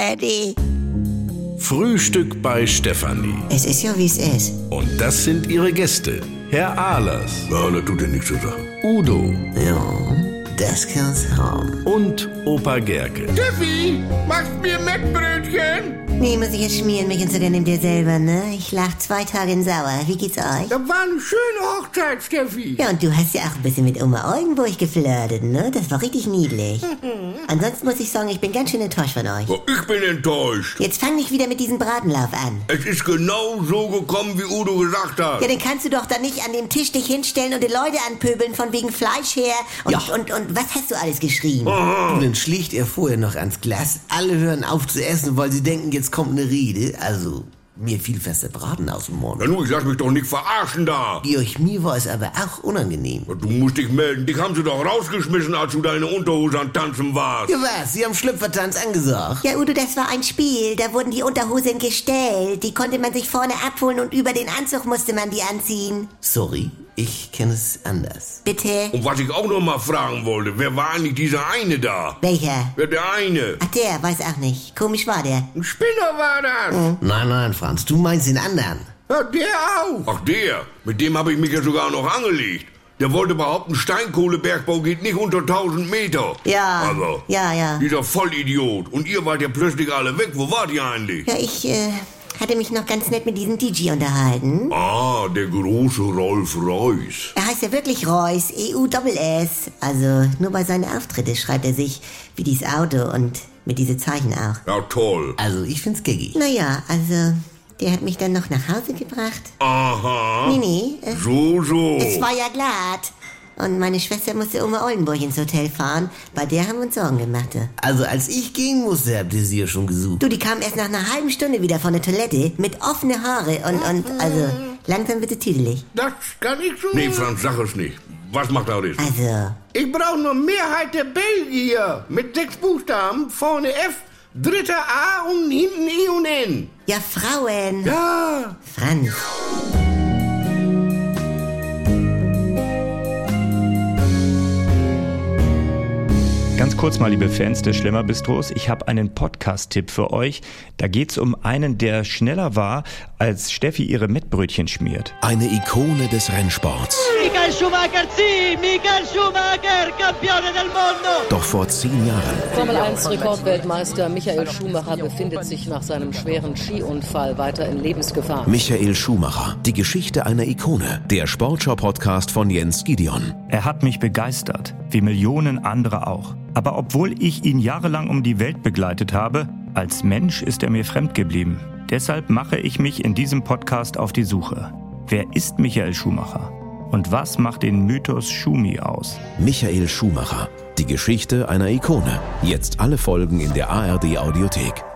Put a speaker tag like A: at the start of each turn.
A: Eddie.
B: Frühstück bei Stefanie.
A: Es ist ja, wie es ist.
B: Und das sind ihre Gäste. Herr Ahlers. Ja, das tut dir nichts zu sagen. Udo
A: Ja, das kann's haben.
B: und Opa Gerke.
C: Steffi, machst mir Mettbrötchen?
A: Nee, muss ich jetzt schmieren, mich hinzu, der nimmt dir selber, ne? Ich lag zwei Tage in Sauer. Wie geht's euch?
C: Das war eine schöne Hochzeit, Steffi.
A: Ja, und du hast ja auch ein bisschen mit Oma Oldenburg geflirtet, ne? Das war richtig niedlich. Ansonsten muss ich sagen, ich bin ganz schön enttäuscht von euch.
C: Ich bin enttäuscht.
A: Jetzt fang nicht wieder mit diesem Bratenlauf an.
C: Es ist genau so gekommen, wie Udo gesagt hat.
A: Ja, dann kannst du doch da nicht an dem Tisch dich hinstellen und die Leute anpöbeln von wegen Fleisch her und, und, und was hast du alles geschrien?
D: Und dann schlägt er vorher noch ans Glas. Alle hören auf zu essen, weil sie denken, jetzt kommt eine Rede. Also, mir fiel fester Braten aus dem
C: Ja,
D: Mund.
C: nun, ich lass mich doch nicht verarschen da.
D: Georg, mir war es aber auch unangenehm.
C: Du musst dich melden. Dich haben sie doch rausgeschmissen, als du deine Unterhose an Tanzen warst.
D: Ja, was? Sie haben Schlüpfertanz angesagt.
A: Ja, Udo, das war ein Spiel. Da wurden die Unterhosen gestellt. Die konnte man sich vorne abholen und über den Anzug musste man die anziehen.
D: Sorry, ich kenne es anders.
A: Bitte?
C: Und was ich auch noch mal fragen wollte, wer war eigentlich dieser eine da?
A: Welcher?
C: Wer der eine?
A: Ach, der, weiß auch nicht. Komisch war der.
C: Ein Spinner war das.
D: Nein, nein, Franz, du meinst den anderen.
C: Ja, der auch. Ach, der. Mit dem habe ich mich ja sogar noch angelegt. Der wollte behaupten, Steinkohlebergbau geht nicht unter 1000 Meter.
A: Ja.
C: Aber
A: Ja, ja.
C: dieser Vollidiot. Und ihr wart ja plötzlich alle weg. Wo wart ihr eigentlich?
A: Ja, ich, äh, hatte mich noch ganz nett mit diesem DJ unterhalten.
C: Ah, der große Rolf Reus.
A: Er heißt ja wirklich E Reus, EU-Doppel-S. Also, nur bei seinen Auftritten schreibt er sich wie dies Auto und mit diese Zeichen auch.
C: Ja, toll.
D: Also, ich find's geckig.
A: Naja, also, der hat mich dann noch nach Hause gebracht.
C: Aha.
A: Nee, nee, äh,
C: So, so.
A: es war ja glatt. Und meine Schwester musste Oma Oldenburg ins Hotel fahren. Bei der haben wir uns Sorgen gemacht. du.
D: Also, als ich gehen musste, habt ihr sie ja schon gesucht.
A: Du, die kam erst nach einer halben Stunde wieder von der Toilette mit offenen Haare und, und, also, langsam bitte tüdelig.
C: Das kann ich schon. Nee, Franz, sag es nicht. Was macht er jetzt?
A: Also,
C: Ich brauche nur Mehrheit der Belgier. Mit sechs Buchstaben. Vorne F, dritter A und hinten E und N.
A: ja, Frauen.
C: Ja.
A: Franz.
E: Ganz kurz mal, liebe Fans des Schlemmerbistros, ich habe einen Podcast-Tipp für euch. Da geht's um einen, der schneller war, als Steffi ihre Mettbrötchen schmiert.
F: Eine Ikone des Rennsports.
G: Michael Schumacher, sì, Michael Schumacher, campione del mondo!
F: Doch vor zehn Jahren
H: Formel 1 Rekordweltmeister Michael Schumacher befindet sich nach seinem schweren Skiunfall weiter in Lebensgefahr.
F: Michael Schumacher. Die Geschichte einer Ikone. Der Sportschau-Podcast von Jens Gideon.
E: Er hat mich begeistert, wie Millionen andere auch. Aber obwohl ich ihn jahrelang um die Welt begleitet habe, als Mensch ist er mir fremd geblieben. Deshalb mache ich mich in diesem Podcast auf die Suche. Wer ist Michael Schumacher? Und was macht den Mythos Schumi aus?
F: Michael Schumacher. Die Geschichte einer Ikone. Jetzt alle Folgen in der ARD Audiothek.